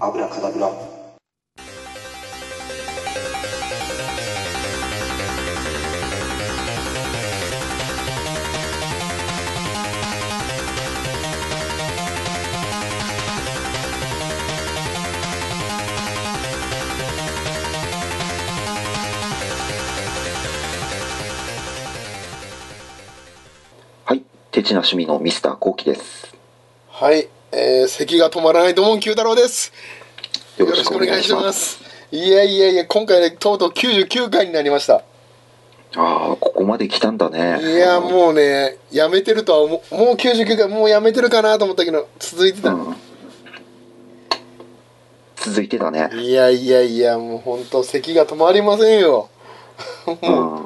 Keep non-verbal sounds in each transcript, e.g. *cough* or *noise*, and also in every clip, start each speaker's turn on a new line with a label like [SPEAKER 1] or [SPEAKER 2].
[SPEAKER 1] アブラカダブラ
[SPEAKER 2] はい、手品趣味のミスターコウキです。
[SPEAKER 3] はい、えー、咳が止まらないドモン Q 太郎です。よ
[SPEAKER 2] よ
[SPEAKER 3] ろ
[SPEAKER 2] ろ
[SPEAKER 3] し
[SPEAKER 2] し
[SPEAKER 3] く
[SPEAKER 2] く
[SPEAKER 3] お
[SPEAKER 2] お
[SPEAKER 3] 願
[SPEAKER 2] 願
[SPEAKER 3] い
[SPEAKER 2] い
[SPEAKER 3] し
[SPEAKER 2] し
[SPEAKER 3] ま
[SPEAKER 2] ますす。
[SPEAKER 3] いやいやいや、今回で、とうとう99回になりました。
[SPEAKER 2] ああ、ここまで来たんだね。
[SPEAKER 3] いや、もうね、やめてるとは思う、もう99回、もうやめてるかなと思ったけど、続いてた。
[SPEAKER 2] うん。続いてだね。
[SPEAKER 3] いやいやいや、もうほんと咳が止まりませんよ。
[SPEAKER 2] うん。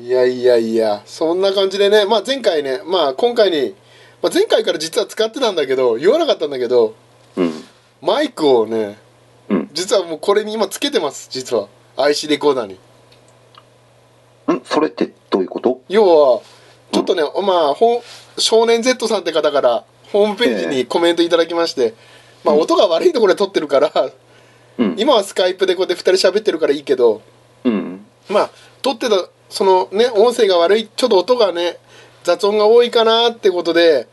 [SPEAKER 3] いやいやいや、そんな感じでね、まあ前回ね、まあ今回に、まあ、前回から実は使ってたんだけど、言わなかったんだけど、
[SPEAKER 2] うん。
[SPEAKER 3] マイクをね、
[SPEAKER 2] うん。
[SPEAKER 3] 実はもうこれに今つけてます、実は。IC レコーダーに。
[SPEAKER 2] んそれってどういうこと
[SPEAKER 3] 要はちょっとね、まあほん少年 Z さんって方からホームページ
[SPEAKER 2] え
[SPEAKER 3] にコメントいただきまして、まあ音が悪いところで撮ってるから、
[SPEAKER 2] うん。
[SPEAKER 3] 今はスカイプでこうやって2人喋ってるからいいけど
[SPEAKER 2] うん。
[SPEAKER 3] まあ撮ってたそのね音声が悪いちょっと音がね雑音が多いかなってことで、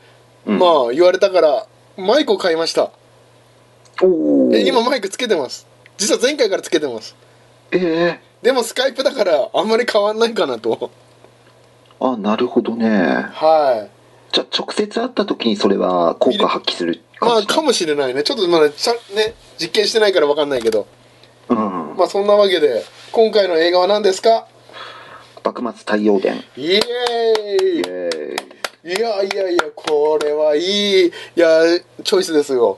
[SPEAKER 2] うん
[SPEAKER 3] まあ言われたからマイクを買いました
[SPEAKER 2] おお。
[SPEAKER 3] で今マイクつけてます実は前回からつけてます
[SPEAKER 2] ええ
[SPEAKER 3] でもスカイプだからあんまり変わんないかなと
[SPEAKER 2] あ、なるほどね。
[SPEAKER 3] はい
[SPEAKER 2] じゃあ、直接会った時にそれは効果発揮する
[SPEAKER 3] ま
[SPEAKER 2] 感
[SPEAKER 3] あ
[SPEAKER 2] じ
[SPEAKER 3] かもしれないねちょっとまだちゃんね実験してないから分かんないけど
[SPEAKER 2] うん。
[SPEAKER 3] まあそんなわけで今回の映画は何ですか
[SPEAKER 2] 幕末太陽伝。
[SPEAKER 3] イ
[SPEAKER 2] イ
[SPEAKER 3] エーイ
[SPEAKER 2] エーイ。
[SPEAKER 3] いやいやいやこれはいいいやチョイスですよ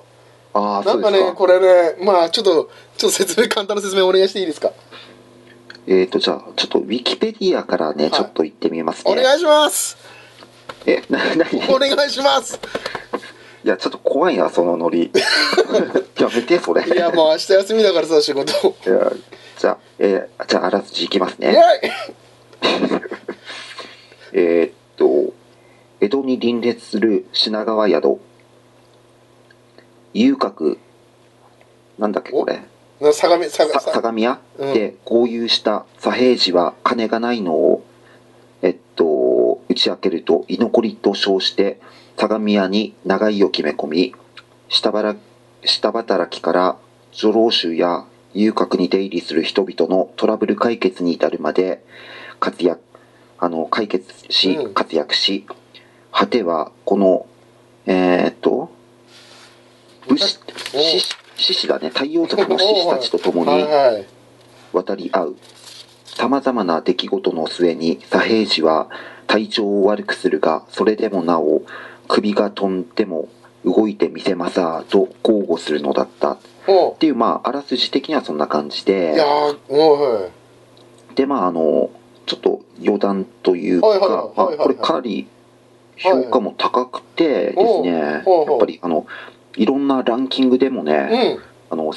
[SPEAKER 2] ああ、
[SPEAKER 3] な
[SPEAKER 2] そうんで
[SPEAKER 3] か
[SPEAKER 2] すか。
[SPEAKER 3] ねこれねまあちょっとちょっと説明簡単な説明お願いしていいですか
[SPEAKER 2] えーと、じゃあ、ちょっとウィキペディアからね、
[SPEAKER 3] い
[SPEAKER 2] ちょっと行ってみますね。
[SPEAKER 3] お願いします
[SPEAKER 2] え、な、なに
[SPEAKER 3] お願いします
[SPEAKER 2] いや、ちょっと怖いな、そのノ
[SPEAKER 3] *laughs*
[SPEAKER 2] リ。やめて、それ。
[SPEAKER 3] いやもう明日休みだからさ仕事
[SPEAKER 2] いやじゃあ、えーじゃあ、あらすじいきます
[SPEAKER 3] イエー
[SPEAKER 2] ね。えーっと、江戸に隣列する品川宿。遊郭。なんだっけ、これ。
[SPEAKER 3] イな相模相
[SPEAKER 2] さ
[SPEAKER 3] 模相模
[SPEAKER 2] 相模屋
[SPEAKER 3] うん
[SPEAKER 2] で合流した左平次は金がないのを、えっと、打ち明けると居残りと称して相模屋に長居を決め込み下働下働きから女郎衆や遊郭に出入りする人々のトラブル解決に至るまで活躍あの解決し
[SPEAKER 3] うん
[SPEAKER 2] 活躍し、果てはこのえーっと武士
[SPEAKER 3] おう
[SPEAKER 2] 獅子獅子だね太陽族の獅子たちと共
[SPEAKER 3] はい
[SPEAKER 2] に
[SPEAKER 3] はい
[SPEAKER 2] 渡り合うさまざまな出来事の末に左平次は体調を悪くするがそれでもなお首が飛んでも動いてみせまさーと豪語するのだったっ
[SPEAKER 3] おう
[SPEAKER 2] ていうまああらすじ的にはそんな感じ
[SPEAKER 3] いや
[SPEAKER 2] で
[SPEAKER 3] ーおう
[SPEAKER 2] でまああのちょっと余談というか
[SPEAKER 3] はいはい
[SPEAKER 2] まあ
[SPEAKER 3] はいはい
[SPEAKER 2] これかなり評価も高くてですねやっ
[SPEAKER 3] おうおう
[SPEAKER 2] ぱりあのいろんなランキングでもね、
[SPEAKER 3] はいうん
[SPEAKER 2] あの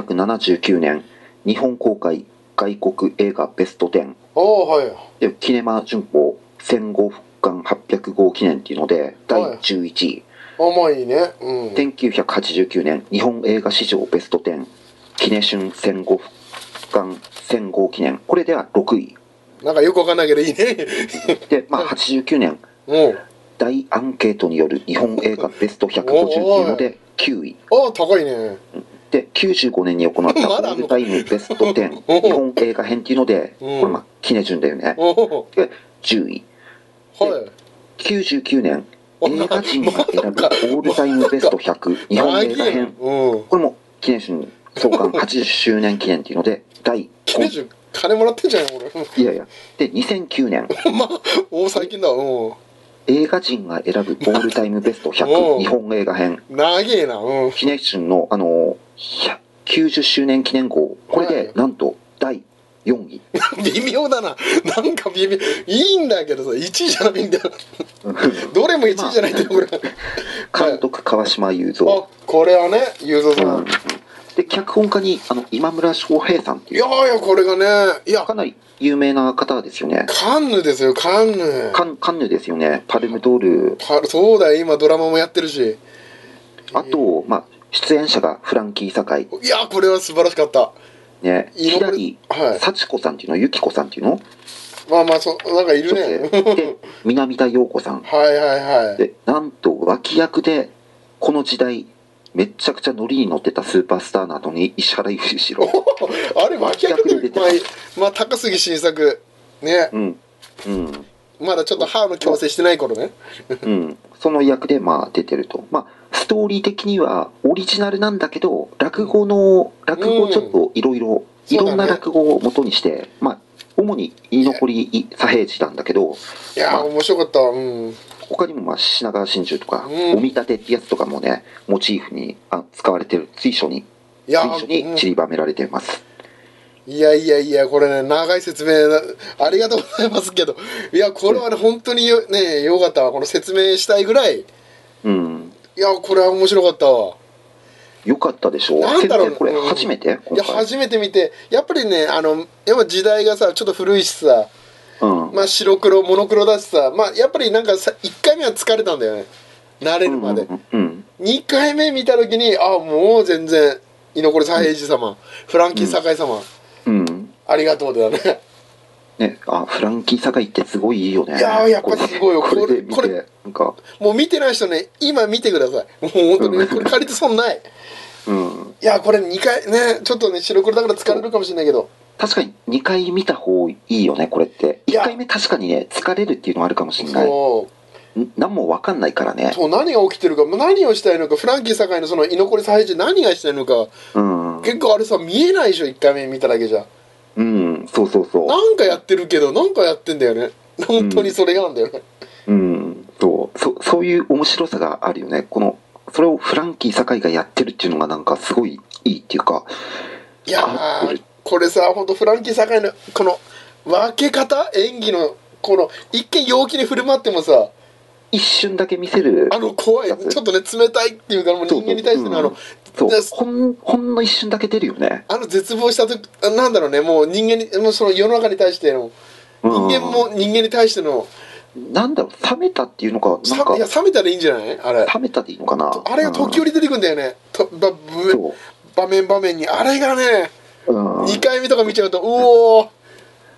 [SPEAKER 2] 1979年日本公開外国映画ベスト10
[SPEAKER 3] おうはい
[SPEAKER 2] でキネマ旬報戦後復刊800号記念っていうので第11位、
[SPEAKER 3] 重いねうん
[SPEAKER 2] 1989年日本映画史上ベスト10記念春戦後復刊戦後記念これでは6位
[SPEAKER 3] なんかよくわかんないけどいいね。 *laughs*
[SPEAKER 2] で、まあ、89年
[SPEAKER 3] うん。
[SPEAKER 2] 大アンケートによる日本
[SPEAKER 3] *laughs*
[SPEAKER 2] 映画ベスト150っていうので9位
[SPEAKER 3] ああ、高いね。
[SPEAKER 2] で95年に行ったオ
[SPEAKER 3] *laughs* まだ
[SPEAKER 2] ー
[SPEAKER 3] あんの
[SPEAKER 2] ルタイムベスト10日
[SPEAKER 3] *laughs*
[SPEAKER 2] 本映画編っていうのでこ
[SPEAKER 3] うん
[SPEAKER 2] れまあ記念順だよね
[SPEAKER 3] おお。
[SPEAKER 2] で10位
[SPEAKER 3] はい。
[SPEAKER 2] 99年映画人が選
[SPEAKER 3] ま
[SPEAKER 2] ぶ
[SPEAKER 3] だ
[SPEAKER 2] オ
[SPEAKER 3] か
[SPEAKER 2] ールタイムベスト100日本映画編
[SPEAKER 3] うん。
[SPEAKER 2] これも記念誌に創刊80周
[SPEAKER 3] *laughs*
[SPEAKER 2] 年記念っていうので第
[SPEAKER 3] 金
[SPEAKER 2] 5
[SPEAKER 3] 十金もらってんじゃん、俺。 *laughs*
[SPEAKER 2] いやいやで2009年
[SPEAKER 3] おお、最近だ。うん。
[SPEAKER 2] 映画人が選ぶオールタイムベスト
[SPEAKER 3] お
[SPEAKER 2] 100
[SPEAKER 3] う
[SPEAKER 2] 日本映画編
[SPEAKER 3] 長えな。うん。 *laughs*
[SPEAKER 2] 記念誌のあの100 90周年記念号これ
[SPEAKER 3] は
[SPEAKER 2] で
[SPEAKER 3] い
[SPEAKER 2] なんと第4位
[SPEAKER 3] *laughs* 微妙だな。なんか微妙。いいんだけどさ、一位じゃないんだよ。 *laughs* どれも一位じゃないんだよ、俺。
[SPEAKER 2] 監督川島雄三
[SPEAKER 3] あ、これはね、ゆうぞさ
[SPEAKER 2] うん
[SPEAKER 3] ん。
[SPEAKER 2] で脚本家にあの今村翔平さんって
[SPEAKER 3] い
[SPEAKER 2] いう
[SPEAKER 3] やいや、これがね、いや
[SPEAKER 2] か、なり有名な方ですよね
[SPEAKER 3] カンヌですよ、カンヌ。
[SPEAKER 2] カンカンヌですよねパルムドール
[SPEAKER 3] パそうだよ、今ドラマもやってるし。
[SPEAKER 2] あと、まあ、出演者がフランキー堺
[SPEAKER 3] いやーこれは素晴らしかった
[SPEAKER 2] ね
[SPEAKER 3] いろいろ
[SPEAKER 2] 左
[SPEAKER 3] はい
[SPEAKER 2] 幸子さんっていうのゆき子さんっていうの
[SPEAKER 3] まあまあそうなんかいる
[SPEAKER 2] 女
[SPEAKER 3] ね
[SPEAKER 2] 性で南田陽子さん
[SPEAKER 3] はいはいはい
[SPEAKER 2] でなんと脇役でこの時代めっちゃくちゃノリに乗ってたスーパースターなのに石原裕次郎
[SPEAKER 3] *laughs* *laughs* あれ脇役でまあまあ高杉晋作ね
[SPEAKER 2] うんうん
[SPEAKER 3] まだちょっと歯の矯正してない頃ね
[SPEAKER 2] うんその役でまあ出てるとまあストーリー的にはオリジナルなんだけど落語の落語をちょっといろいろ
[SPEAKER 3] そ
[SPEAKER 2] いう
[SPEAKER 3] だね
[SPEAKER 2] ろんな落語を元にして、まあ主に居残り左平次なんだけど
[SPEAKER 3] いやー面白かったうん
[SPEAKER 2] 他にもまあ品川真珠とか、
[SPEAKER 3] うん
[SPEAKER 2] お見立てってやつとかもねモチーフにあ使われてる随所に
[SPEAKER 3] いや
[SPEAKER 2] 随所
[SPEAKER 3] ー、う
[SPEAKER 2] に
[SPEAKER 3] ん
[SPEAKER 2] 散りばめられています、
[SPEAKER 3] いやいやいやこれね長い説明なありがとうございますけどいやこれはね本当によねよかったわこの説明したいぐらいい
[SPEAKER 2] うん、
[SPEAKER 3] やこれは面白かったわ
[SPEAKER 2] よかったでしょ
[SPEAKER 3] なんだろう
[SPEAKER 2] 先生これ
[SPEAKER 3] うん
[SPEAKER 2] 初めて
[SPEAKER 3] い
[SPEAKER 2] 今
[SPEAKER 3] や
[SPEAKER 2] 回
[SPEAKER 3] 初めて見てやっぱりねあのやっぱ時代がさちょっと古いしさ
[SPEAKER 2] うん
[SPEAKER 3] まあ白黒モノクロだしさまあやっぱりなんかさ1回目は疲れたんだよね慣れるまで、
[SPEAKER 2] うんうん
[SPEAKER 3] 2回目見た時にあもう全然居残り左平次様、フランキー堺様、
[SPEAKER 2] うんうん
[SPEAKER 3] ありがとうだね
[SPEAKER 2] ねあフランキー堺ってすごいいいよね
[SPEAKER 3] いやーやっぱすごいよ
[SPEAKER 2] これで
[SPEAKER 3] こ
[SPEAKER 2] こ
[SPEAKER 3] れ
[SPEAKER 2] れで見
[SPEAKER 3] こ
[SPEAKER 2] てなんか
[SPEAKER 3] もう見てない人ね今見てくださいもう本当
[SPEAKER 2] う
[SPEAKER 3] に
[SPEAKER 2] ん
[SPEAKER 3] これ借りて損ない
[SPEAKER 2] うん
[SPEAKER 3] いやこれ2回ねちょっとね白黒だから疲れるかもしれないけど
[SPEAKER 2] 確かに2回見た方いいよねこれって
[SPEAKER 3] いや
[SPEAKER 2] 1回目確かにね疲れるっていうのはあるかもしれない
[SPEAKER 3] そ
[SPEAKER 2] ん何も分かんないから
[SPEAKER 3] う
[SPEAKER 2] ね
[SPEAKER 3] そう何が起きてるかもう何をしたいのかフランキー堺のその居残り左平次何がしたいのか
[SPEAKER 2] うん
[SPEAKER 3] 結構あれさ見えないでしょ1回目見ただけじゃ
[SPEAKER 2] うんそうそうそ
[SPEAKER 3] なんかやってるけどなんかやってんだよね本当にそれがなんだよね、
[SPEAKER 2] ううんそうそそういう面白さがあるよねこのそれをフランキー堺がやってるっていうのがなんかすごいいいっていうか
[SPEAKER 3] いや
[SPEAKER 2] あこれ
[SPEAKER 3] ーこれさ本当フランキー堺のこの分け方演技のこの一見陽気に振る舞ってもさ
[SPEAKER 2] 一瞬だけ見せる
[SPEAKER 3] あ
[SPEAKER 2] *laughs*
[SPEAKER 3] の怖いち
[SPEAKER 2] や
[SPEAKER 3] ょ
[SPEAKER 2] つ
[SPEAKER 3] っとね冷たいっていうかもう人間に対してのあの
[SPEAKER 2] そう
[SPEAKER 3] で
[SPEAKER 2] ほんほんの一瞬だけ出るよね、
[SPEAKER 3] あの絶望したときあなんだろうねもう人間にもうその世の中に対しての
[SPEAKER 2] うん、
[SPEAKER 3] 人間も人間に対しての
[SPEAKER 2] なんだろう冷めたっていうのか
[SPEAKER 3] さ
[SPEAKER 2] なんか
[SPEAKER 3] いや冷めたらいいんじゃないあれ
[SPEAKER 2] 冷めたでいいのかな
[SPEAKER 3] あれが時折出てくんだよねとば
[SPEAKER 2] うん
[SPEAKER 3] ぶ
[SPEAKER 2] そ
[SPEAKER 3] 場面場面にあれがね
[SPEAKER 2] う、うん、
[SPEAKER 3] 2回目とか見ちゃうとうおー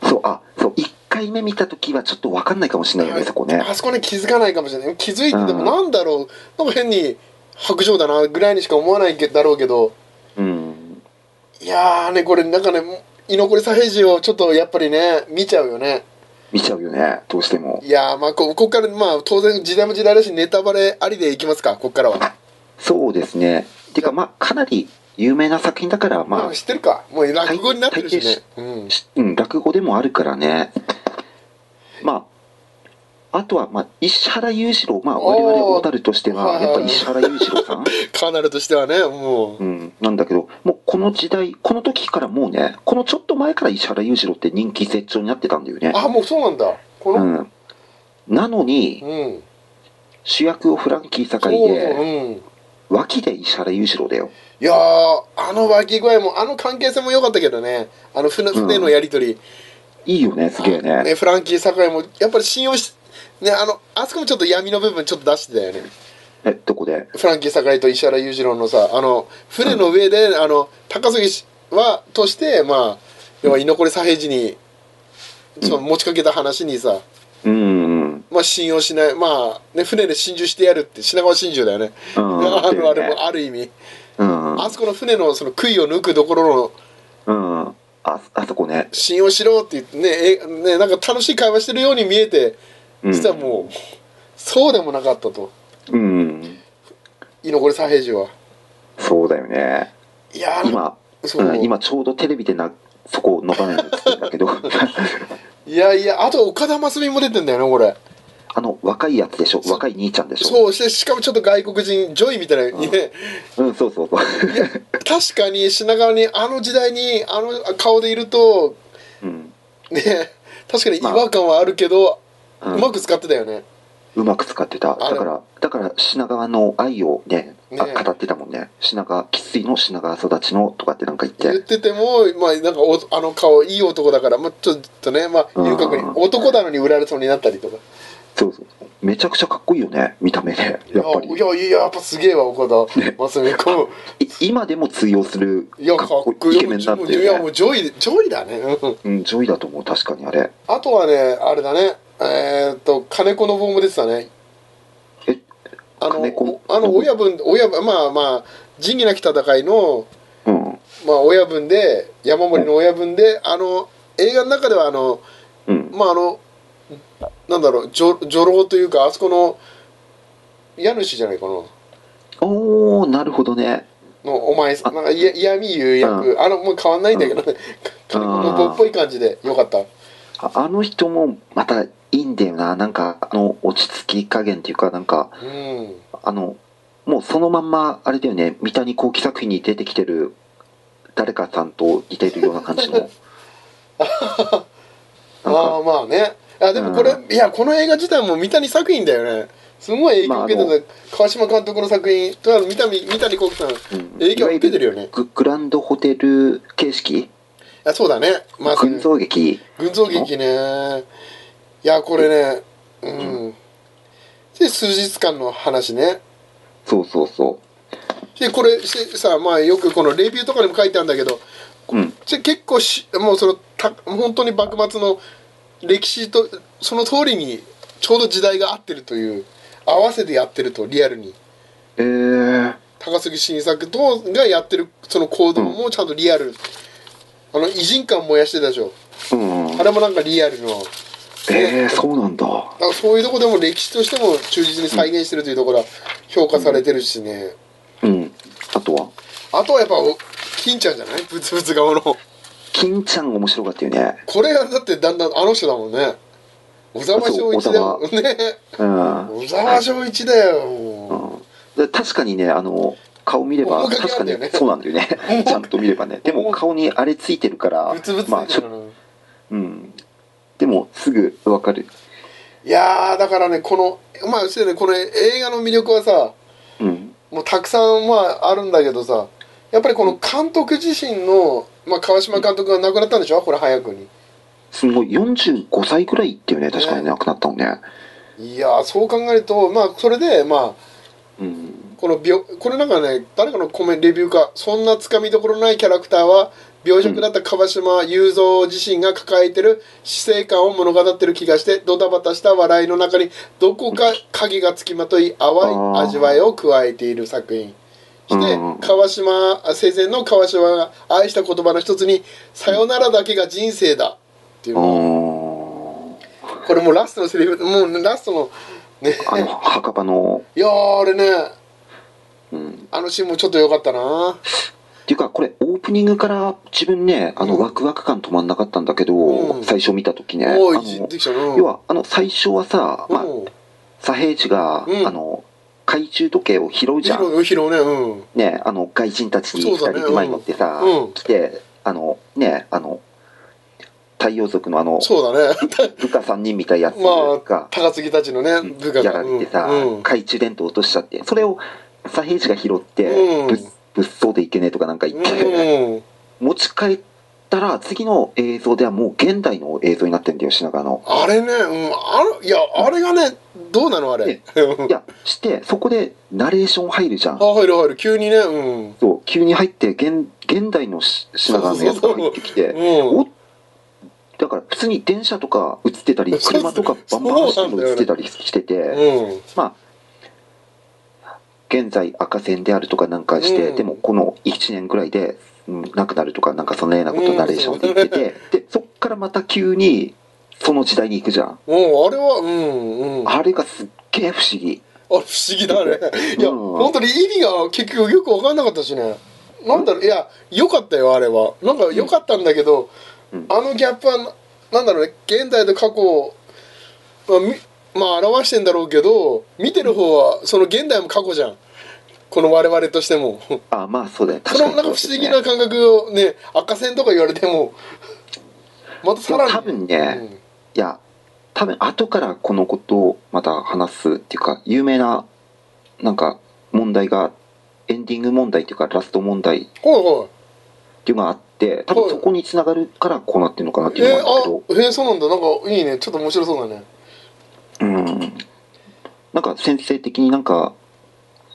[SPEAKER 2] そうあそう1回目見た時はちょっと分かんないかもしれないよね、
[SPEAKER 3] はい
[SPEAKER 2] そこね
[SPEAKER 3] あそこね気づかないかもしれない気づいてて
[SPEAKER 2] う
[SPEAKER 3] も
[SPEAKER 2] ん
[SPEAKER 3] なんだろうなんか変に白状だなぐらいにしか思わないけだろうけど
[SPEAKER 2] うん
[SPEAKER 3] いやーねこれなんかね居残り左平次をちょっとやっぱりね見ちゃうよね
[SPEAKER 2] 見ちゃうよねどうしても
[SPEAKER 3] いやーまあこここからまあ当然時代も時代だしネタバレありでいきますかここからは
[SPEAKER 2] そうですねてかまあかなり有名な作品だから
[SPEAKER 3] ま
[SPEAKER 2] ま
[SPEAKER 3] あ知ってるかもう落語になってるし
[SPEAKER 2] 体
[SPEAKER 3] ねうん
[SPEAKER 2] あ、しうん、落語でもあるからねまああとは、まあ、石原裕次郎、まあ、我々
[SPEAKER 3] お
[SPEAKER 2] 小
[SPEAKER 3] ー
[SPEAKER 2] 樽として
[SPEAKER 3] は
[SPEAKER 2] は、
[SPEAKER 3] いはい
[SPEAKER 2] や
[SPEAKER 3] は
[SPEAKER 2] っ
[SPEAKER 3] い
[SPEAKER 2] ぱ石原裕次郎
[SPEAKER 3] *laughs*
[SPEAKER 2] さん
[SPEAKER 3] カーナルとしてはねもう
[SPEAKER 2] うん、なんだけど、もうこの時代、この時からもうね、このちょっと前から石原裕次郎って人気絶頂になってたんだよね。
[SPEAKER 3] あもうそうなんだこ
[SPEAKER 2] う
[SPEAKER 3] の
[SPEAKER 2] ん、なのに、
[SPEAKER 3] うん
[SPEAKER 2] 主役をフランキー
[SPEAKER 3] そ
[SPEAKER 2] 堺
[SPEAKER 3] うそう
[SPEAKER 2] で、
[SPEAKER 3] うん
[SPEAKER 2] 脇で石原裕次郎だよ。
[SPEAKER 3] いやーあの湧き具合もあの関係性も良かったけどねあの船船のやり取り、
[SPEAKER 2] いいよね、すげえね。
[SPEAKER 3] フランキー堺もやっぱり信用しねあのあそこもちょっと闇の部分ちょっと出してたよね
[SPEAKER 2] え、どこで
[SPEAKER 3] フランキー堺と石原裕次郎のさあの船の上で、あの高杉氏はとしてまあ要は居残り左平次にその持ちかけた話にさ、
[SPEAKER 2] うんうん、
[SPEAKER 3] まあ、信用しないまあ、ね、船で心中してやるって品川心中だよね、
[SPEAKER 2] うん。
[SPEAKER 3] あのあ
[SPEAKER 2] だ
[SPEAKER 3] れ
[SPEAKER 2] よ
[SPEAKER 3] も
[SPEAKER 2] ね
[SPEAKER 3] ある意味
[SPEAKER 2] うん、
[SPEAKER 3] あそこの船のその杭を抜くところの
[SPEAKER 2] うん。あ、あそこね。
[SPEAKER 3] 信用しろって言ってねえねなんか楽しい会話してるように見えて
[SPEAKER 2] うん
[SPEAKER 3] 実はもう、そうでもなかったと
[SPEAKER 2] うん。
[SPEAKER 3] 居残り左平次は
[SPEAKER 2] そうだよね。
[SPEAKER 3] いやー
[SPEAKER 2] 今、
[SPEAKER 3] そう
[SPEAKER 2] うん今ちょうどテレビでな、そこをのばないのってんだけ
[SPEAKER 3] *laughs*
[SPEAKER 2] ど、
[SPEAKER 3] いやいやあと岡田真澄も出てんだよねこれ
[SPEAKER 2] あの、若いやつでしょ、若い兄ちゃんでしょ。
[SPEAKER 3] そうしてしかもちょっと外国人ジョイみたいなにね
[SPEAKER 2] うん、そうそうそう。
[SPEAKER 3] 確かに品川にあの時代にあの顔でいると
[SPEAKER 2] *laughs* うん。
[SPEAKER 3] ね確かに違
[SPEAKER 2] まあ
[SPEAKER 3] 和感はあるけど、
[SPEAKER 2] うん
[SPEAKER 3] うまく使ってたよね
[SPEAKER 2] うまく使ってた。
[SPEAKER 3] あれ
[SPEAKER 2] だから、だから品川の愛をね、あ
[SPEAKER 3] ね
[SPEAKER 2] 語ってたもんね。品川、生粋の品川育ちのとかってなんか言っ。
[SPEAKER 3] 言ってててもまあなんかおあの顔いい男だから、まあ、ちょっとねまあ
[SPEAKER 2] うん
[SPEAKER 3] 遊郭に男なのに売られそうになったりとか
[SPEAKER 2] そうそうそう。めちゃくちゃかっこいいよね見た目ねやっぱ
[SPEAKER 3] い
[SPEAKER 2] り
[SPEAKER 3] やいやいややっぱすげえわ岡田
[SPEAKER 2] ね
[SPEAKER 3] 真澄君
[SPEAKER 2] い今でも通用する
[SPEAKER 3] いや
[SPEAKER 2] か
[SPEAKER 3] か
[SPEAKER 2] っ
[SPEAKER 3] っ
[SPEAKER 2] こ
[SPEAKER 3] こ
[SPEAKER 2] いい
[SPEAKER 3] よ
[SPEAKER 2] イケメンだって
[SPEAKER 3] いや
[SPEAKER 2] よ
[SPEAKER 3] も
[SPEAKER 2] ね
[SPEAKER 3] う上位上位だねうん
[SPEAKER 2] うん上位だと思う確かにあれ
[SPEAKER 3] あとはねあれだねえーっと金子の棒も出てたね
[SPEAKER 2] え
[SPEAKER 3] あの
[SPEAKER 2] 金子
[SPEAKER 3] あの親分親分まあまあ仁義なき戦いの
[SPEAKER 2] うん
[SPEAKER 3] まあ親分で山盛りの親分であの映画の中ではあの
[SPEAKER 2] うん
[SPEAKER 3] まああのなんだろう女女郎というかあそこの家主じゃないかな
[SPEAKER 2] おおなるほどね
[SPEAKER 3] のお前さんなんかいや嫌味言う役、あのもう変わんないんだけどね、金子の棒っぽい感じでよかった
[SPEAKER 2] ああの人もまたいいんだよななんかあの落ち着き加減っていうかなんか
[SPEAKER 3] うん
[SPEAKER 2] あのもうそのまんまあれだよね三谷幸喜作品に出てきてる誰かさんと似てるような感
[SPEAKER 3] *laughs*
[SPEAKER 2] じのなん
[SPEAKER 3] あ
[SPEAKER 2] か
[SPEAKER 3] あまあねあでもこれ、
[SPEAKER 2] う
[SPEAKER 3] いやこの映画自体も三谷作品だよねすごい影響受けてた、
[SPEAKER 2] まあ
[SPEAKER 3] 川島監督の作品とあの三谷三谷幸喜さん
[SPEAKER 2] うん
[SPEAKER 3] 影響受けてるよね
[SPEAKER 2] ググランドホテル形式
[SPEAKER 3] あそうだねまあ
[SPEAKER 2] 群像劇
[SPEAKER 3] 群像劇ねいやこれねうん、で数日間の話ね
[SPEAKER 2] そうそうそ
[SPEAKER 3] でこれしてさまあよくこのレビューとかにも書いてあるんだけど
[SPEAKER 2] ううん
[SPEAKER 3] じゃ結構しもうそのた本当に幕末の歴史とその通りにちょうど時代が合ってるという合わせてやってるとリアルに
[SPEAKER 2] えー、
[SPEAKER 3] 高杉晋作とがやってるその行動もちゃんとリアル、あの偉人感燃やしてたでしょ
[SPEAKER 2] うん
[SPEAKER 3] あれもなんかリアルの
[SPEAKER 2] えー、そうなんだ
[SPEAKER 3] だからそういうとこでも歴史としても忠実に再現してるというところは評価されてるしね、
[SPEAKER 2] うんあとは
[SPEAKER 3] あとはやっぱお金ちゃんじゃないブツブツ顔のこ
[SPEAKER 2] 金ちゃん面白かったよね
[SPEAKER 3] れがだってだんだんあの人だもんね小沢昭一だよね
[SPEAKER 2] うん
[SPEAKER 3] 小沢昭一だよも
[SPEAKER 2] で確かにねあの顔見れば
[SPEAKER 3] 面影
[SPEAKER 2] 確
[SPEAKER 3] あ
[SPEAKER 2] か
[SPEAKER 3] るんだ
[SPEAKER 2] に
[SPEAKER 3] よね
[SPEAKER 2] そうなんだよねちゃんと見ればねでも
[SPEAKER 3] 面
[SPEAKER 2] 顔にあれついてるから
[SPEAKER 3] うブツブツ
[SPEAKER 2] ま
[SPEAKER 3] だ
[SPEAKER 2] あち
[SPEAKER 3] か
[SPEAKER 2] ょ
[SPEAKER 3] らな
[SPEAKER 2] うんでもすぐわかる
[SPEAKER 3] いやーだからねこのまあそうだよねこの映画の魅力はさ
[SPEAKER 2] うん
[SPEAKER 3] もうたくさんまああるんだけどさやっぱりこの監督自身の、まあ、川島監督が亡くなったんでしょこれ早くに
[SPEAKER 2] すごい45歳ぐらいいってよね確かにね
[SPEAKER 3] ね
[SPEAKER 2] 亡くなったもんね
[SPEAKER 3] いやーそう考えるとまあそれでまあ
[SPEAKER 2] うん
[SPEAKER 3] この病これなんかね誰かのコメントレビューかそんなつかみどころのないキャラクターは病弱だった川島雄三自身が抱えてる死生観を物語ってる気がしてドタバタした笑いの中にどこか影がつきまとい淡い味わいを加えている作品
[SPEAKER 2] う
[SPEAKER 3] し
[SPEAKER 2] ん
[SPEAKER 3] て川島生前の川島が愛した言葉の一つに「さよならだけが人生だ」っていう
[SPEAKER 2] あ
[SPEAKER 3] の
[SPEAKER 2] ー
[SPEAKER 3] これもうラストのセリフもうラストのね
[SPEAKER 2] あの墓場の
[SPEAKER 3] いやーあれね
[SPEAKER 2] うん
[SPEAKER 3] あのシーンもちょっと良かったな
[SPEAKER 2] っていうかこれオープニングから自分ねあの
[SPEAKER 3] うん
[SPEAKER 2] ワクワク感止まんなかったんだけど、
[SPEAKER 3] うん
[SPEAKER 2] 最初見た時ねあ
[SPEAKER 3] お
[SPEAKER 2] の
[SPEAKER 3] いできたな
[SPEAKER 2] 要はあの最初はさ、まあ、
[SPEAKER 3] うん
[SPEAKER 2] 左平次が、
[SPEAKER 3] うん
[SPEAKER 2] あの懐中時計を拾うじゃん、
[SPEAKER 3] 広広ねうん
[SPEAKER 2] ね、あの外人たちに2
[SPEAKER 3] そ
[SPEAKER 2] 人
[SPEAKER 3] うだね
[SPEAKER 2] で前乗ってさ、
[SPEAKER 3] うん
[SPEAKER 2] 来てあのねあの太陽族のあの
[SPEAKER 3] そうだね
[SPEAKER 2] 部下3人みたいなやつ
[SPEAKER 3] まあ
[SPEAKER 2] が、
[SPEAKER 3] 高杉たちのね部下
[SPEAKER 2] や
[SPEAKER 3] が
[SPEAKER 2] ら
[SPEAKER 3] う
[SPEAKER 2] れ
[SPEAKER 3] ん
[SPEAKER 2] てさ、
[SPEAKER 3] うん
[SPEAKER 2] 懐中電灯落としちゃってそれを左平次が拾って、
[SPEAKER 3] うん
[SPEAKER 2] ぶっ物騒でいけねえとかなんか言って。
[SPEAKER 3] うん
[SPEAKER 2] 持ち帰ったら次の映像ではもう現代の映像になってんだよ品川の。
[SPEAKER 3] あれねうんあれいやあれがねどうなのあれ
[SPEAKER 2] ね
[SPEAKER 3] *laughs* うん
[SPEAKER 2] いやしてそこでナレーション入るじゃん。
[SPEAKER 3] あ入る入る急にねうんうん
[SPEAKER 2] そう急に入って現現代のし品川のやつが入ってきておだから普通に電車とか映ってたり
[SPEAKER 3] そうそう
[SPEAKER 2] 車とかバンバン走ってるの映ってたりしてて
[SPEAKER 3] うん
[SPEAKER 2] まあ現在赤線であるとかなんかして、
[SPEAKER 3] うん
[SPEAKER 2] でもこの1年ぐらいで、うん、なくなるとかなんかそのようなことをナレーションで言ってて、でそっからまた急にその時代に行くじゃん。
[SPEAKER 3] もうあれはうんうんあ
[SPEAKER 2] あれがすっげえ不思議。
[SPEAKER 3] れ不思議だねいや
[SPEAKER 2] うん
[SPEAKER 3] 本当に意味が結局よく分かんなかったしねなんだろういや良かったよあれはなんか良かったんだけど
[SPEAKER 2] うん
[SPEAKER 3] あのギャップはななんだろうね現代と過去をまあみまあ表してんだろうけど見てる方はその現代も過去じゃんこの我々としても
[SPEAKER 2] あ、まあそうだよ。
[SPEAKER 3] そ
[SPEAKER 2] 確か
[SPEAKER 3] の
[SPEAKER 2] に
[SPEAKER 3] なんか不
[SPEAKER 2] そう
[SPEAKER 3] 思
[SPEAKER 2] ですね
[SPEAKER 3] 議な感覚をね赤線とか言われてもまたさらに
[SPEAKER 2] 多分ね
[SPEAKER 3] うん
[SPEAKER 2] いや、多分後からこのことをまた話すっていうか、有名な、なんか問題が、エンディング問題っていうか、ラスト問題っ
[SPEAKER 3] ほいほ
[SPEAKER 2] ていうのがあって、多
[SPEAKER 3] は
[SPEAKER 2] 分
[SPEAKER 3] い
[SPEAKER 2] そこに繋がるからこうなってるのかなって
[SPEAKER 3] い
[SPEAKER 2] いう
[SPEAKER 3] え
[SPEAKER 2] のがあるんだ
[SPEAKER 3] ー、あへえそうなんだなんかいいねちょっと面白そうだね
[SPEAKER 2] けど、うん。なんか先生的になんか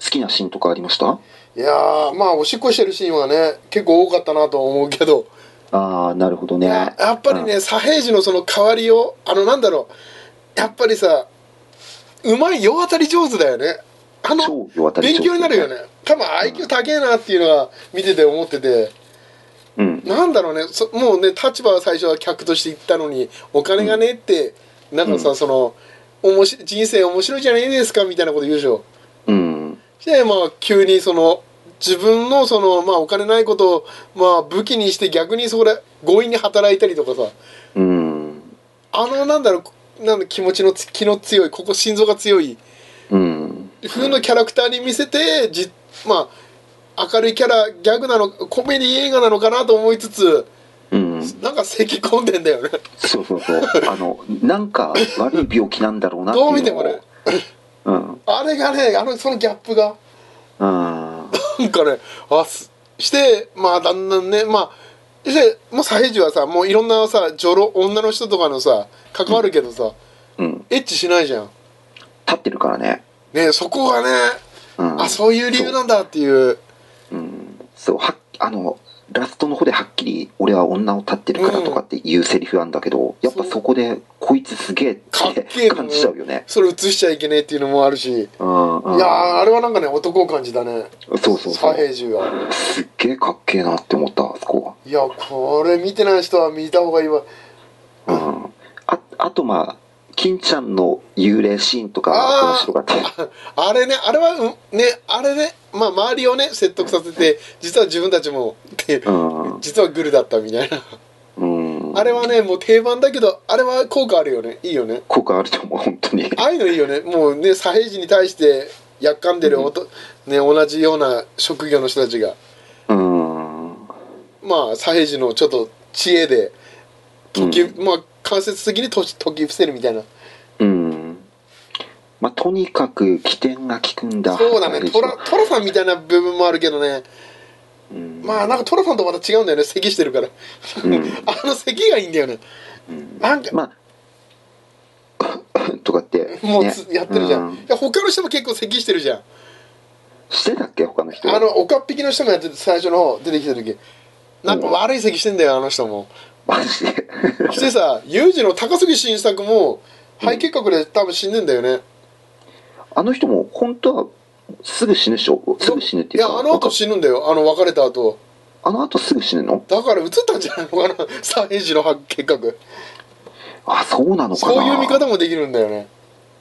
[SPEAKER 2] 好きなシーンとかありました
[SPEAKER 3] いやーまあおしっこしてるシーンはね結構多かったなと思うけど、
[SPEAKER 2] ああなるほどね
[SPEAKER 3] ややっぱりね、左平次のその変わりをあのなんだろうやっぱりさうまい世渡り上手だよねあ
[SPEAKER 2] うん
[SPEAKER 3] の
[SPEAKER 2] 超世渡り
[SPEAKER 3] 勉強になるよね多分 IQ 高えなっていうのは見てて思ってて、
[SPEAKER 2] うん
[SPEAKER 3] なんだろうねそもうね立場は最初は客として行ったのにお金がねえって、なんかさ、
[SPEAKER 2] うん
[SPEAKER 3] そのおもし人生面白いじゃないですかみたいなこと言うでしょ
[SPEAKER 2] うん
[SPEAKER 3] でまあ急にその自分のそのまあお金ないことをまあ武器にして逆にそこで強引に働いたりとかさ
[SPEAKER 2] うん
[SPEAKER 3] あのなんだろうなんだ気持ちのつ気の強いここ心臓が強い
[SPEAKER 2] うん
[SPEAKER 3] 風のキャラクターに見せてじまあ明るいキャラギャグなのコメディ映画なのかなと思いつつ
[SPEAKER 2] うん
[SPEAKER 3] なんか咳き込んでんだよね
[SPEAKER 2] そうそう
[SPEAKER 3] *laughs*
[SPEAKER 2] そうあのなんか悪い病気なんだろうなっていう
[SPEAKER 3] ど
[SPEAKER 2] のを
[SPEAKER 3] う見てもね
[SPEAKER 2] うん
[SPEAKER 3] あれがねあのそのギャップが
[SPEAKER 2] うん
[SPEAKER 3] なんかねあすしてまあだんだんねまあしてもう左平次はさもういろんなさ女郎女の人とかのさ関わるけどさ、
[SPEAKER 2] うん
[SPEAKER 3] エッチしないじゃん
[SPEAKER 2] 立ってるからね
[SPEAKER 3] ねそこがね
[SPEAKER 2] うん
[SPEAKER 3] あそういう理由なんだっていう
[SPEAKER 2] うんそうはっあのラストの方ではっきり「俺は女を立ってるから」とかっていうセリフなんだけど、やっぱそこで「こいつすげえ」っ
[SPEAKER 3] かっけえ
[SPEAKER 2] て
[SPEAKER 3] な
[SPEAKER 2] 感じちゃうよね
[SPEAKER 3] それ映しちゃいけねえっていうのもあるし、
[SPEAKER 2] うんうん
[SPEAKER 3] いやーあれはなんかね男を感じたね
[SPEAKER 2] そうそうそ
[SPEAKER 3] 左
[SPEAKER 2] う
[SPEAKER 3] 平次は
[SPEAKER 2] すっげえかっけえなって思ったあそこ
[SPEAKER 3] いやこれ見てない人は見た方がいいわ *laughs*
[SPEAKER 2] はうんああとまあ金ちゃんの幽霊シーンとか
[SPEAKER 3] あー
[SPEAKER 2] 話とかって
[SPEAKER 3] あれねあれは、うん、ねあれねまあ周りをね説得させて実は自分たちもっていう
[SPEAKER 2] うん
[SPEAKER 3] 実はグルだったみたいな
[SPEAKER 2] うん
[SPEAKER 3] あれはねもう定番だけどあれは効果あるよねいいよね
[SPEAKER 2] 効果あると思う本当に
[SPEAKER 3] ああいうのいいよねもうね左平次に対してやっかんでるおと、ね、同じような職業の人たちが
[SPEAKER 2] うん
[SPEAKER 3] まあ左平次のちょっと知恵で解き、まあ間接的に解き解き伏せるみたいな
[SPEAKER 2] うんまあとにかく起点が効くんだ
[SPEAKER 3] そうだね
[SPEAKER 2] ト
[SPEAKER 3] トラトラさんみたいな部分もあるけどね
[SPEAKER 2] うん
[SPEAKER 3] まあなんかトラさんとまた違うんだよね咳してるから
[SPEAKER 2] うん
[SPEAKER 3] *laughs* あの咳がいいんだよね
[SPEAKER 2] うん
[SPEAKER 3] なんか
[SPEAKER 2] まあ *laughs* とかって、ね、
[SPEAKER 3] もうつ、やってるじゃん、
[SPEAKER 2] う
[SPEAKER 3] いや他の人も結構咳してるじゃん
[SPEAKER 2] してたっけ他の人
[SPEAKER 3] あのおかっぴきの人がやってて最初の方出てきた時なんか悪い咳してんだよあの人も
[SPEAKER 2] *laughs* マジで
[SPEAKER 3] してさユージの高杉晋作も肺結核で多分死んでんだよね
[SPEAKER 2] あの人も本当はすぐ死ぬでしょすぐ死ぬって
[SPEAKER 3] い
[SPEAKER 2] いう
[SPEAKER 3] や
[SPEAKER 2] か
[SPEAKER 3] あの後死ぬんだよあの別れた後
[SPEAKER 2] あの後すぐ死ぬの
[SPEAKER 3] だから映ったんじゃないのかな *laughs* サヘジの肺結核
[SPEAKER 2] あそうなのかな
[SPEAKER 3] そういう見方もできるんだよね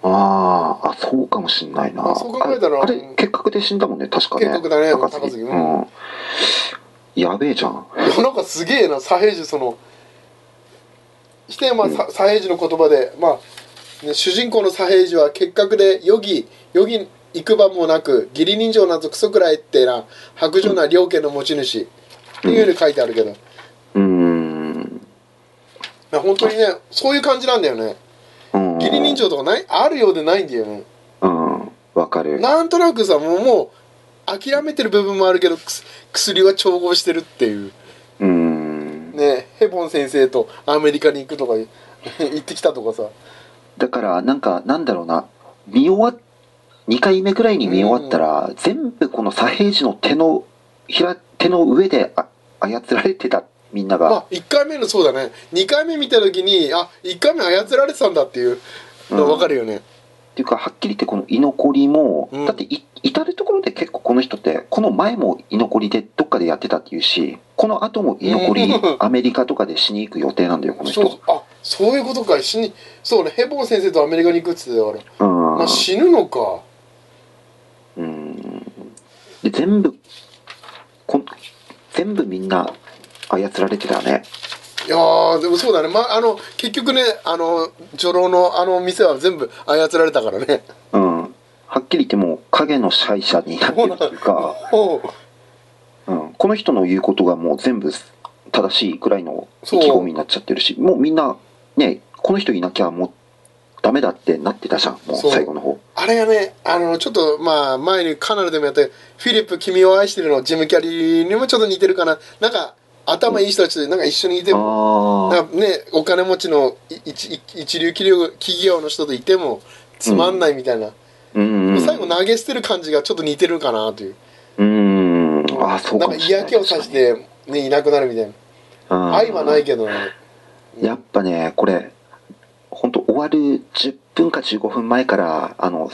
[SPEAKER 2] あーあそうかもしんないな
[SPEAKER 3] あそう考えたら
[SPEAKER 2] あれあれ結核で死んだもんね確かね
[SPEAKER 3] 結核だね
[SPEAKER 2] 高
[SPEAKER 3] 高杉
[SPEAKER 2] 杉
[SPEAKER 3] う
[SPEAKER 2] うんんやべえじゃん
[SPEAKER 3] い *laughs* やなんかすげえなサヘジそのしてまあさサヘジの言葉でまあ、ね、主人公のサヘジは結核で余儀余儀行く場もなく義理人情などクソくらいってな白状な両家の持ち主っていうふうに書いてあるけど、
[SPEAKER 2] うーん
[SPEAKER 3] いや本当にねそういう感じなんだよね
[SPEAKER 2] うん
[SPEAKER 3] 義理人情とかないあるようでないんだよね
[SPEAKER 2] うんわかる
[SPEAKER 3] なんとなくさもうもう諦めてる部分もあるけどくす薬は調合してるっていう
[SPEAKER 2] うーん
[SPEAKER 3] ねヘボン先生とアメリカに行くとか *laughs* 行ってきたとかさ
[SPEAKER 2] だからなんかなんだろうな見終わ2回目くらいに見終わったら、全部この左平次の手のひら手の上であ操られてたみんなが、
[SPEAKER 3] まあ1回目のそうだね2回目見た時にあ1回目操られてたんだっていうの
[SPEAKER 2] うん
[SPEAKER 3] 分かるよね、
[SPEAKER 2] っていうかはっきり言ってこの居残りも、
[SPEAKER 3] うん
[SPEAKER 2] だってい至る所で結構この人ってこの前も居残りでどっかでやってたっていうしこの後も居残り、
[SPEAKER 3] うん
[SPEAKER 2] アメリカとかでしに行く予定なんだよこの人
[SPEAKER 3] そうあそういうことか死にそうねヘボン先生とアメリカに行くっつってたから、
[SPEAKER 2] うん、
[SPEAKER 3] まあ、死ぬのか
[SPEAKER 2] うんで全部こん全部みんな操られてたね
[SPEAKER 3] いやーでもそうだね、まあ、あの結局ねあの女郎のあの店は全部操られたからね
[SPEAKER 2] うんはっきり言ってもう影の支配者になってるっていうか、
[SPEAKER 3] おう
[SPEAKER 2] うん、この人の言うことがもう全部正しいくらいの意気込みになっちゃってるしもうみんなねこの人いなきゃもうダメだってなってたじゃんもう
[SPEAKER 3] そう
[SPEAKER 2] 最後の方
[SPEAKER 3] あれがねあのちょっとまあ前にカナダでもやったフィリップ君を愛してるのジム・キャリーにもちょっと似てるかななんか頭いい人たちでなんか一緒にいても
[SPEAKER 2] あ
[SPEAKER 3] なんかね、お金持ちのい一一一流企業企業の人といてもつまんないみたいな、
[SPEAKER 2] あうんうん
[SPEAKER 3] 最後投げ捨てる感じがちょっと似てるかなという
[SPEAKER 2] うんあそう
[SPEAKER 3] な
[SPEAKER 2] か
[SPEAKER 3] んか
[SPEAKER 2] もしれ
[SPEAKER 3] 嫌
[SPEAKER 2] ない
[SPEAKER 3] 気をさして、ね、いなくなるみたいな愛
[SPEAKER 2] 愛
[SPEAKER 3] はないけどね
[SPEAKER 2] やっぱねこれ本当終わる10分か15分前からあの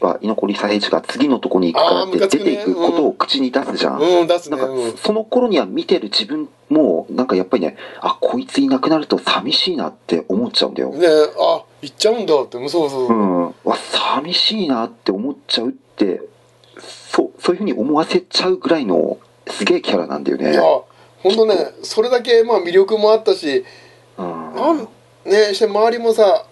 [SPEAKER 2] は居残り左平次が次のとこに行くから
[SPEAKER 3] あ
[SPEAKER 2] っ
[SPEAKER 3] ー
[SPEAKER 2] て
[SPEAKER 3] ムカつ
[SPEAKER 2] 出
[SPEAKER 3] くね
[SPEAKER 2] ていくことを口に出すじゃん、
[SPEAKER 3] うん出す
[SPEAKER 2] な
[SPEAKER 3] ね
[SPEAKER 2] んか、
[SPEAKER 3] うん
[SPEAKER 2] その頃には見てる自分もなんかやっぱりねあこいついなくなると寂しいなって思っちゃうんだよ、
[SPEAKER 3] ねあ行っちゃうんだってうんそうそう
[SPEAKER 2] う
[SPEAKER 3] そうん
[SPEAKER 2] わ寂しいなって思っちゃうってそうそういうふうに思わせちゃうぐらいのすげえキャラなんだよ
[SPEAKER 3] い
[SPEAKER 2] ね
[SPEAKER 3] や、本当ねそれだけまあ魅力もあったし
[SPEAKER 2] うん、
[SPEAKER 3] なんねして周りもさ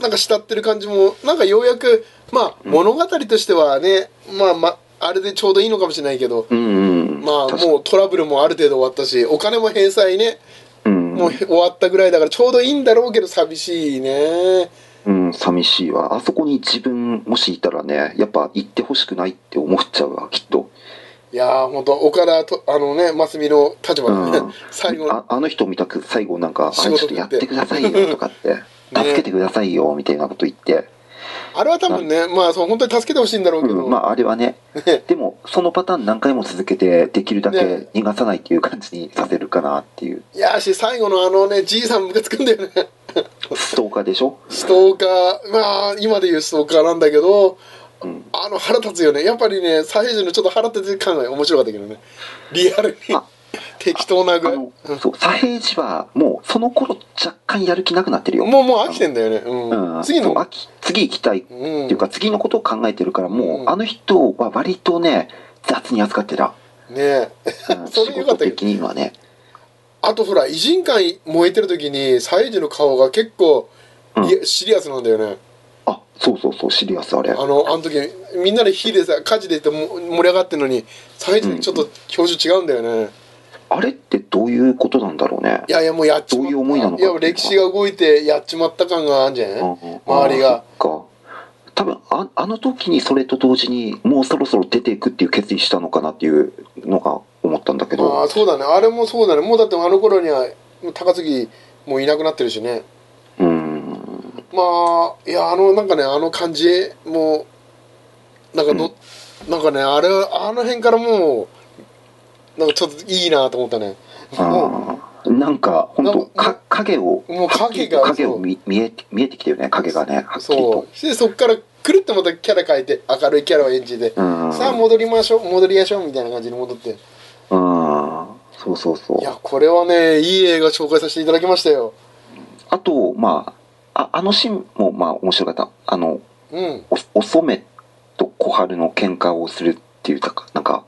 [SPEAKER 3] なんか慕ってる感じもなんかようやくまあ
[SPEAKER 2] うん
[SPEAKER 3] 物語としてはね、まあまあれでちょうどいいのかもしれないけど
[SPEAKER 2] うんうん
[SPEAKER 3] まあ
[SPEAKER 2] 確か
[SPEAKER 3] もうトラブルもある程度終わったしお金も返済ね
[SPEAKER 2] うん
[SPEAKER 3] もう終わったぐらいだからちょうどいいんだろうけど寂しいね
[SPEAKER 2] うん、寂しいわ。あそこに自分もしいたらね、やっぱ行ってほしくないって思っちゃうわ、きっと。
[SPEAKER 3] いやー本当岡田とあのねますみの立場でね、
[SPEAKER 2] うん
[SPEAKER 3] *laughs* 最後
[SPEAKER 2] ああの人を見たく最後なんか、あ
[SPEAKER 3] 仕
[SPEAKER 2] れち
[SPEAKER 3] 事
[SPEAKER 2] ょっとやってくださいよとか
[SPEAKER 3] *laughs*
[SPEAKER 2] って、助けてくださいよみたいなこと言って、
[SPEAKER 3] あれは多分ねまあそう本当に助けてほしいんだろうけど、
[SPEAKER 2] うん、まああれはね、でもそのパターン何回も続けて、できるだけ
[SPEAKER 3] ね
[SPEAKER 2] 逃がさないっていう感じにさせるかなっていう、
[SPEAKER 3] いやーし最後のあのねじいさんムカつくんだよね
[SPEAKER 2] *laughs* ストーカーでしょ
[SPEAKER 3] ストーカーまあ今で言うストーカーなんだけど、
[SPEAKER 2] うん
[SPEAKER 3] あの腹立つよねやっぱりね左平次のちょっと腹立つ感が面白かったけどねリアルに
[SPEAKER 2] あ
[SPEAKER 3] 適当なぐ
[SPEAKER 2] あ
[SPEAKER 3] らい
[SPEAKER 2] の、そう、左平次はもうその頃若干やる気なくなってるよ。
[SPEAKER 3] もうもう飽きてんだよね、うん
[SPEAKER 2] うん、
[SPEAKER 3] 次
[SPEAKER 2] そう
[SPEAKER 3] の
[SPEAKER 2] 飽き次行きたい
[SPEAKER 3] うん
[SPEAKER 2] っていうか次のことを考えてるからもう、
[SPEAKER 3] うん
[SPEAKER 2] あの人は割とね雑に扱ってた、
[SPEAKER 3] ね *laughs* え
[SPEAKER 2] うん
[SPEAKER 3] それ
[SPEAKER 2] 仕
[SPEAKER 3] 良か
[SPEAKER 2] 事
[SPEAKER 3] ったけど
[SPEAKER 2] 的にはね、
[SPEAKER 3] あとほら異人館燃えてる時に左平次の顔が結構、
[SPEAKER 2] うん
[SPEAKER 3] いやシリアスなんだよね
[SPEAKER 2] あそうそうそうシリアスあれ
[SPEAKER 3] あのあの時みんなで火でさ火事でっても盛り上がってるのに左平次ちょっと表情違うんだよね、い
[SPEAKER 2] あれってどういうことなんだろうね
[SPEAKER 3] やいやもうやっちまっ
[SPEAKER 2] ど
[SPEAKER 3] た
[SPEAKER 2] ういう思いなのかっていうか
[SPEAKER 3] や歴史が動いてやっちまった感があるんじゃない、
[SPEAKER 2] うん
[SPEAKER 3] 周りが
[SPEAKER 2] あそっか多分ああの時にそれと同時にもうそろそろ出ていくっていう決意したのかなっていうのが思ったんだけ
[SPEAKER 3] あ
[SPEAKER 2] ど
[SPEAKER 3] あそうだねあれもそうだねもうだってあの頃にはもう高杉もういなくなってるしね
[SPEAKER 2] うん
[SPEAKER 3] まあいやあのなんかねあの感じもうなんかの、なんかねあれあの辺からもうなんかちょっといいなと思ったねも
[SPEAKER 2] あーなんか本
[SPEAKER 3] なん
[SPEAKER 2] 当
[SPEAKER 3] か
[SPEAKER 2] か影を
[SPEAKER 3] もう影が
[SPEAKER 2] はっきりと影を見見えて見えてきてるね影がねは
[SPEAKER 3] う
[SPEAKER 2] っきりと
[SPEAKER 3] そうしてそっからくるってまたキャラ変えて明るいキャラを演じて、
[SPEAKER 2] うん
[SPEAKER 3] さあ戻りましょう戻りましょうみたいな感じに戻ってい
[SPEAKER 2] うんそうそうそう
[SPEAKER 3] やこれはねいい映画紹介させていただきましたよ
[SPEAKER 2] あと、まあ、ああのシーンも、まあ、面白かった。あの、
[SPEAKER 3] うん
[SPEAKER 2] お、お染と小春の喧嘩をするっていうたか、なんか、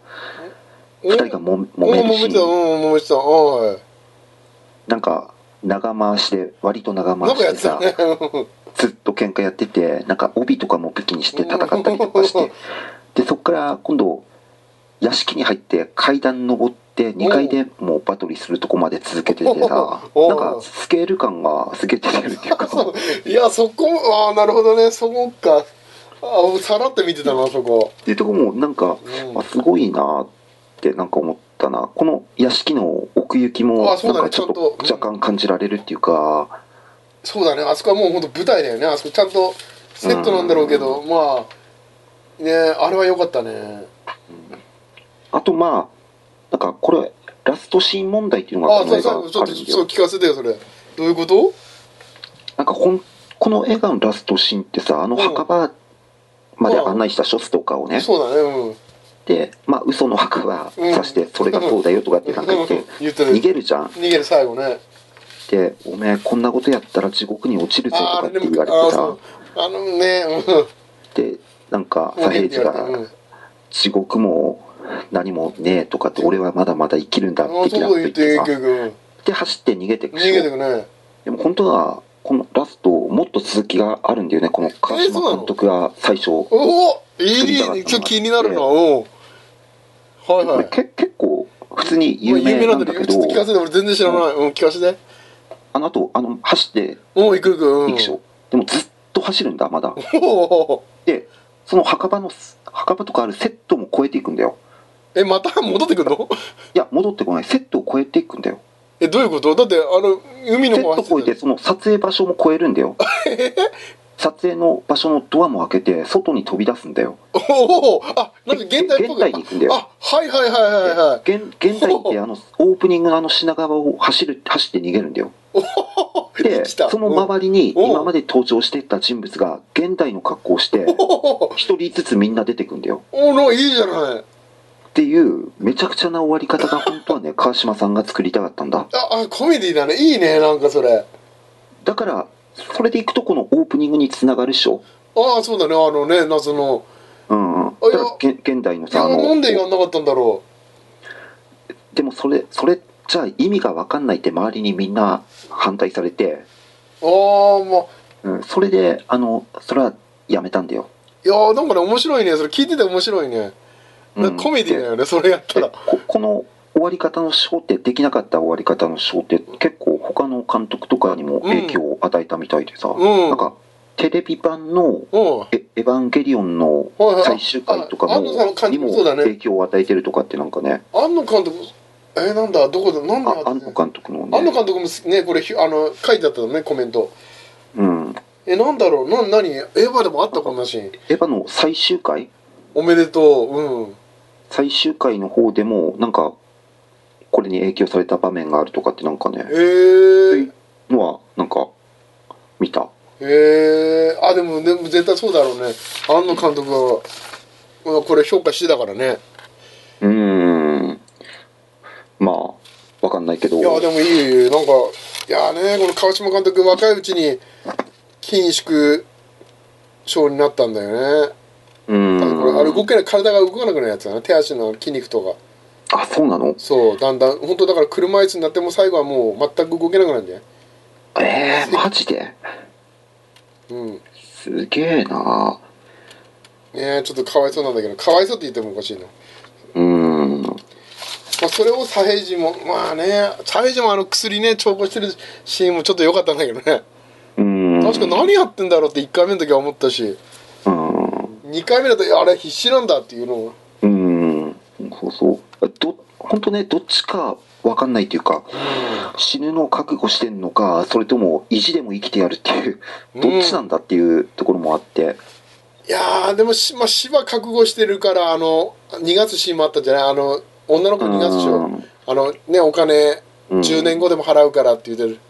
[SPEAKER 2] 二人がもめ
[SPEAKER 3] お
[SPEAKER 2] 揉める
[SPEAKER 3] 揉
[SPEAKER 2] シ
[SPEAKER 3] めてたう
[SPEAKER 2] ーン。
[SPEAKER 3] ん揉めてたおい
[SPEAKER 2] なんか、長回しで、割と長
[SPEAKER 3] なん
[SPEAKER 2] 回
[SPEAKER 3] か
[SPEAKER 2] し
[SPEAKER 3] やっ
[SPEAKER 2] で
[SPEAKER 3] てた
[SPEAKER 2] さ、
[SPEAKER 3] ね *laughs* うん
[SPEAKER 2] ずっと喧嘩やってて、なんか帯とかも武器にして戦ったりとかし
[SPEAKER 3] うん
[SPEAKER 2] て、で、そっから今度、屋敷に入って階段登って2階でもうバトルするとこまで続けててさ、
[SPEAKER 3] おう
[SPEAKER 2] なんかスケール感がすげえ出てるっていうか、
[SPEAKER 3] いや *laughs* そこああなるほどねそこかあさらって見てたなそこ、
[SPEAKER 2] っていうとこもなんか、
[SPEAKER 3] うん
[SPEAKER 2] あすごいなってなんか思ったなこの屋敷の奥行きも
[SPEAKER 3] あ
[SPEAKER 2] な
[SPEAKER 3] そ
[SPEAKER 2] ん
[SPEAKER 3] うだね
[SPEAKER 2] かちょっと
[SPEAKER 3] ちゃ
[SPEAKER 2] 若
[SPEAKER 3] ん
[SPEAKER 2] 干
[SPEAKER 3] と
[SPEAKER 2] 感じられるっていうか
[SPEAKER 3] そうだねあそこはもう本当舞台だよねあそこちゃんとセットなんだろうけど、まあねあれは良かったね
[SPEAKER 2] あとまあなんかこれラストシーン問題っていうのが
[SPEAKER 3] あ
[SPEAKER 2] この
[SPEAKER 3] そう
[SPEAKER 2] 映画
[SPEAKER 3] そうちょ
[SPEAKER 2] あ
[SPEAKER 3] っ
[SPEAKER 2] る
[SPEAKER 3] と
[SPEAKER 2] んだ
[SPEAKER 3] そう
[SPEAKER 2] よ
[SPEAKER 3] 聞かせてよそれどういうこと
[SPEAKER 2] なんかほんこの映画のラストシーンってさあの
[SPEAKER 3] うん
[SPEAKER 2] 墓場まで
[SPEAKER 3] うん
[SPEAKER 2] 案内したショスとかをね
[SPEAKER 3] そうだねうん
[SPEAKER 2] でまあ嘘の墓場
[SPEAKER 3] うん
[SPEAKER 2] さしてそれがそうだよとかってなんか言って
[SPEAKER 3] 言ってる
[SPEAKER 2] 逃げるじゃん
[SPEAKER 3] 逃げる最後ね
[SPEAKER 2] で「おめえこんなことやったら地獄に落ちるぞ」と
[SPEAKER 3] ああ
[SPEAKER 2] か
[SPEAKER 3] れ
[SPEAKER 2] って
[SPEAKER 3] でも
[SPEAKER 2] 言われ
[SPEAKER 3] あ
[SPEAKER 2] て
[SPEAKER 3] そ
[SPEAKER 2] さ
[SPEAKER 3] うあのねうん
[SPEAKER 2] でなんか
[SPEAKER 3] もう
[SPEAKER 2] 左平次が
[SPEAKER 3] うん
[SPEAKER 2] 地獄も何もねえとかって俺はまだまだ生きるんだ
[SPEAKER 3] あそう
[SPEAKER 2] 的な
[SPEAKER 3] そ
[SPEAKER 2] こ
[SPEAKER 3] う
[SPEAKER 2] と
[SPEAKER 3] 言
[SPEAKER 2] 言
[SPEAKER 3] っ
[SPEAKER 2] っててさ
[SPEAKER 3] 結局うん
[SPEAKER 2] で走って逃げてく
[SPEAKER 3] 逃げて
[SPEAKER 2] で
[SPEAKER 3] くね
[SPEAKER 2] も本当はこのラストもっと続きがあるんだよねこの川
[SPEAKER 3] えそう
[SPEAKER 2] 島
[SPEAKER 3] なの
[SPEAKER 2] 監督が最初、
[SPEAKER 3] おおい
[SPEAKER 2] 見
[SPEAKER 3] い
[SPEAKER 2] たかった
[SPEAKER 3] ね
[SPEAKER 2] な
[SPEAKER 3] ちょっと気になるなおおはい
[SPEAKER 2] こ
[SPEAKER 3] は
[SPEAKER 2] れ
[SPEAKER 3] い
[SPEAKER 2] け結構普通に
[SPEAKER 3] 有
[SPEAKER 2] 有名
[SPEAKER 3] 名な
[SPEAKER 2] なんん
[SPEAKER 3] だ
[SPEAKER 2] だ
[SPEAKER 3] け
[SPEAKER 2] け
[SPEAKER 3] どちょっと聞か
[SPEAKER 2] ど
[SPEAKER 3] せて俺全然知らないうん聞かせて
[SPEAKER 2] あのあとあの走って
[SPEAKER 3] おお行く行くう
[SPEAKER 2] い
[SPEAKER 3] ん
[SPEAKER 2] くでしょ、でもずっと走るんだまだ
[SPEAKER 3] おお
[SPEAKER 2] でその墓場の墓場とかあるセットも越えていくんだよ
[SPEAKER 3] *laughs* えまた戻ってく
[SPEAKER 2] *laughs*
[SPEAKER 3] るの
[SPEAKER 2] いや戻ってこないセットを越えていくんだよ
[SPEAKER 3] えどういうことだってあの海
[SPEAKER 2] セ
[SPEAKER 3] の
[SPEAKER 2] ッ
[SPEAKER 3] 方 *laughs*
[SPEAKER 2] ト越えてその撮影場所も越えるんだよ
[SPEAKER 3] え
[SPEAKER 2] 撮影の場所のドアも開けて外に飛び出すんだよ
[SPEAKER 3] おおあなんか現代っ
[SPEAKER 2] 現
[SPEAKER 3] ぽく
[SPEAKER 2] 代に行くんだよ
[SPEAKER 3] あはいはいはいはいはい
[SPEAKER 2] 現現代ってあのオープニングのあの品川を走る走って逃げるんだよで
[SPEAKER 3] できた
[SPEAKER 2] その周りに
[SPEAKER 3] うん
[SPEAKER 2] 今まで登場してた人物が現代の格好をして
[SPEAKER 3] おー
[SPEAKER 2] 一人ずつみんな出てくんだよ
[SPEAKER 3] おのいいじゃない
[SPEAKER 2] っていうめちゃくちゃな終わり方が本当は
[SPEAKER 3] *laughs*
[SPEAKER 2] ね川島さんが作りたかったんだ
[SPEAKER 3] ああコメディだねいいねなんかそれ
[SPEAKER 2] だからそれでいくとこのオープニングにつながるっしょ
[SPEAKER 3] ああそうだねあのね謎の
[SPEAKER 2] うんうん
[SPEAKER 3] あいや
[SPEAKER 2] だからげ現代の
[SPEAKER 3] いや
[SPEAKER 2] さあの
[SPEAKER 3] なんでやんなかったんだろ
[SPEAKER 2] でもそれそれじゃあ意味が分かんないって周りにみんな反対されて、
[SPEAKER 3] うああまあ
[SPEAKER 2] うん、それであのそれはやめたんだよ、
[SPEAKER 3] いやーなんかね面白いねそれ聞いてて面白いね
[SPEAKER 2] う
[SPEAKER 3] なん
[SPEAKER 2] ん
[SPEAKER 3] かコメディだ
[SPEAKER 2] で
[SPEAKER 3] よねそれやった
[SPEAKER 2] で
[SPEAKER 3] ら
[SPEAKER 2] ここの終わり方の章ってできなかった終わり方の章って結構他の監督とかにも影響を与えたみたいでさ、
[SPEAKER 3] うん
[SPEAKER 2] なんかテレビ版の
[SPEAKER 3] うん
[SPEAKER 2] 「エエヴァンゲリオン」の
[SPEAKER 3] はいはい
[SPEAKER 2] 最終回とか
[SPEAKER 3] ああ
[SPEAKER 2] も
[SPEAKER 3] 安藤さんの監督
[SPEAKER 2] にも
[SPEAKER 3] そうだね
[SPEAKER 2] 影響を与えてるとかってなんかね
[SPEAKER 3] 庵野監督えー、なんだどこだなんだ
[SPEAKER 2] あ安野監督の
[SPEAKER 3] 庵野
[SPEAKER 2] ね、
[SPEAKER 3] 監督もすねこれひあの書いてあったのねコメント
[SPEAKER 2] うん、
[SPEAKER 3] えなんだろうな何エヴァでもあったこんなシーン
[SPEAKER 2] エヴァの最終回
[SPEAKER 3] おめでとううん
[SPEAKER 2] 最終回の方でもなんかこれに影響された場面があるとかってなんかね
[SPEAKER 3] へえ
[SPEAKER 2] のはなんか見た
[SPEAKER 3] へえあでもでも絶対そうだろうね庵野監督はうんこれ評価してたからね
[SPEAKER 2] うーんまあわかんないけど
[SPEAKER 3] いやでもいいよいいよなんかいやねこの川島監督若いうちに筋縮症になったんだよ
[SPEAKER 2] う
[SPEAKER 3] ねだからこれあれ
[SPEAKER 2] ーん
[SPEAKER 3] 動けない体が動かなくなるやつだね手足の筋肉とか
[SPEAKER 2] あそうなの
[SPEAKER 3] そうだんだん本当だから車椅子になっても最後はもう全く動けなくなるんじゃない
[SPEAKER 2] えー、マジで
[SPEAKER 3] うんね
[SPEAKER 2] すげえな
[SPEAKER 3] えちょっとかわいそうなんだけどかわいそうって言ってもおかしいな、ま
[SPEAKER 2] うーん
[SPEAKER 3] あ、それを左平次もまあね左平次もあの薬ね調合してるシーンもちょっと良かったんだけどね
[SPEAKER 2] うーん
[SPEAKER 3] 確か何やってんだろうって1回目の時は思ったし
[SPEAKER 2] うーん
[SPEAKER 3] 2回目だといやあれ必死なんだっていうのを
[SPEAKER 2] うーんそうそうど本当ねどっちかわかんないというか死ぬのを覚悟してんのかそれとも意地でも生きてやるっていうどっちなんだっていうところもあって、
[SPEAKER 3] いやーでもし、まあ、死は覚悟してるからあの逃がすシーンもあったんじゃないあの女の子逃がすでしょあのねお金
[SPEAKER 2] うん
[SPEAKER 3] 10年後でも払うからって言ってる、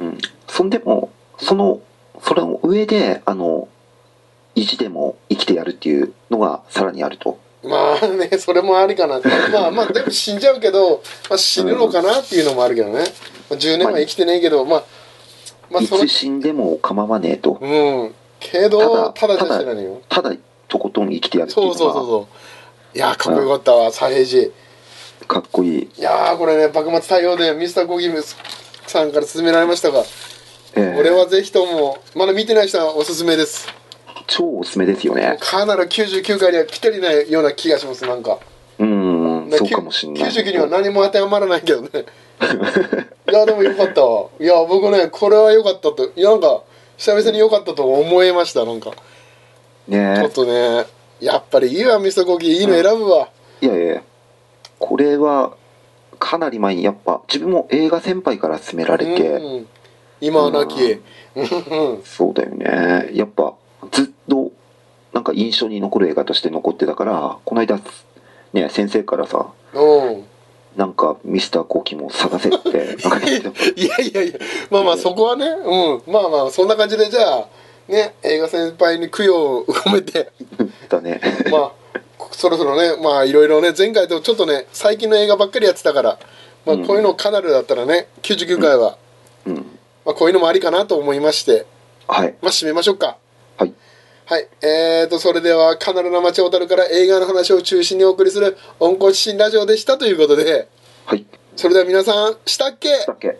[SPEAKER 2] うんそんでもそのそれの上であの意地でも生きてやるっていうのがさらにあると
[SPEAKER 3] まあねそれもありかな *laughs* まあまあでも死んじゃうけど、まあ、死ぬのかなっていうのもあるけどね、まあ、10年は生きてねえけどまあまあ
[SPEAKER 2] い
[SPEAKER 3] その
[SPEAKER 2] つ死んでも構わねえと
[SPEAKER 3] うんけど
[SPEAKER 2] た
[SPEAKER 3] ただ
[SPEAKER 2] だ
[SPEAKER 3] じゃ
[SPEAKER 2] ただ
[SPEAKER 3] 知らねえよ
[SPEAKER 2] ただとことん生きてやるってい
[SPEAKER 3] そう
[SPEAKER 2] う
[SPEAKER 3] そうそう
[SPEAKER 2] の
[SPEAKER 3] そういやーかっこよかったわ左平次
[SPEAKER 2] がかっこいい、
[SPEAKER 3] いやーこれね幕末対応でミスターコーギムさんから勧められましたが
[SPEAKER 2] ええ
[SPEAKER 3] これはぜひともまだ見てない人はおすすめです
[SPEAKER 2] 超おすすめですよね
[SPEAKER 3] かなり99回には来てないような気がしますなんか
[SPEAKER 2] うんそうかもしんない
[SPEAKER 3] 99には何も当てはまらないけどねいやでもよかったわいや僕ねこれは良かったといやなんか久々に良かったと思いましたなんかちょ
[SPEAKER 2] ね
[SPEAKER 3] っとねやっぱりいいわミスターコーギーいいの選ぶわ、
[SPEAKER 2] いやいやいやこれはかなり前にやっぱ自分も映画先輩から勧められて、
[SPEAKER 3] うん、今はなきうん
[SPEAKER 2] そうだよねやっぱずっとなんか印象に残る映画として残ってたからこの間ね先生からさ
[SPEAKER 3] うん
[SPEAKER 2] なんかミスターコーキも探せってなんか言ってた
[SPEAKER 3] いやいやいやまあまあそこはねうんまあまあそんな感じでじゃあね映画先輩に供養を込めて
[SPEAKER 2] だ
[SPEAKER 3] *laughs*
[SPEAKER 2] ね
[SPEAKER 3] まあこそろそろねまあいろいろね前回とちょっとね最近の映画ばっかりやってたから、まあ、
[SPEAKER 2] うん
[SPEAKER 3] こういうのカナルだったらね99回は、
[SPEAKER 2] うん
[SPEAKER 3] まあ、こういうのもありかなと思いまして
[SPEAKER 2] はい
[SPEAKER 3] まあ締めましょうか
[SPEAKER 2] はい
[SPEAKER 3] はいえーとそれではカナルな町小樽から映画の話を中心にお送りする温厚知新ラジオでしたということで
[SPEAKER 2] はい
[SPEAKER 3] それでは皆さんしたっけ
[SPEAKER 2] だっけ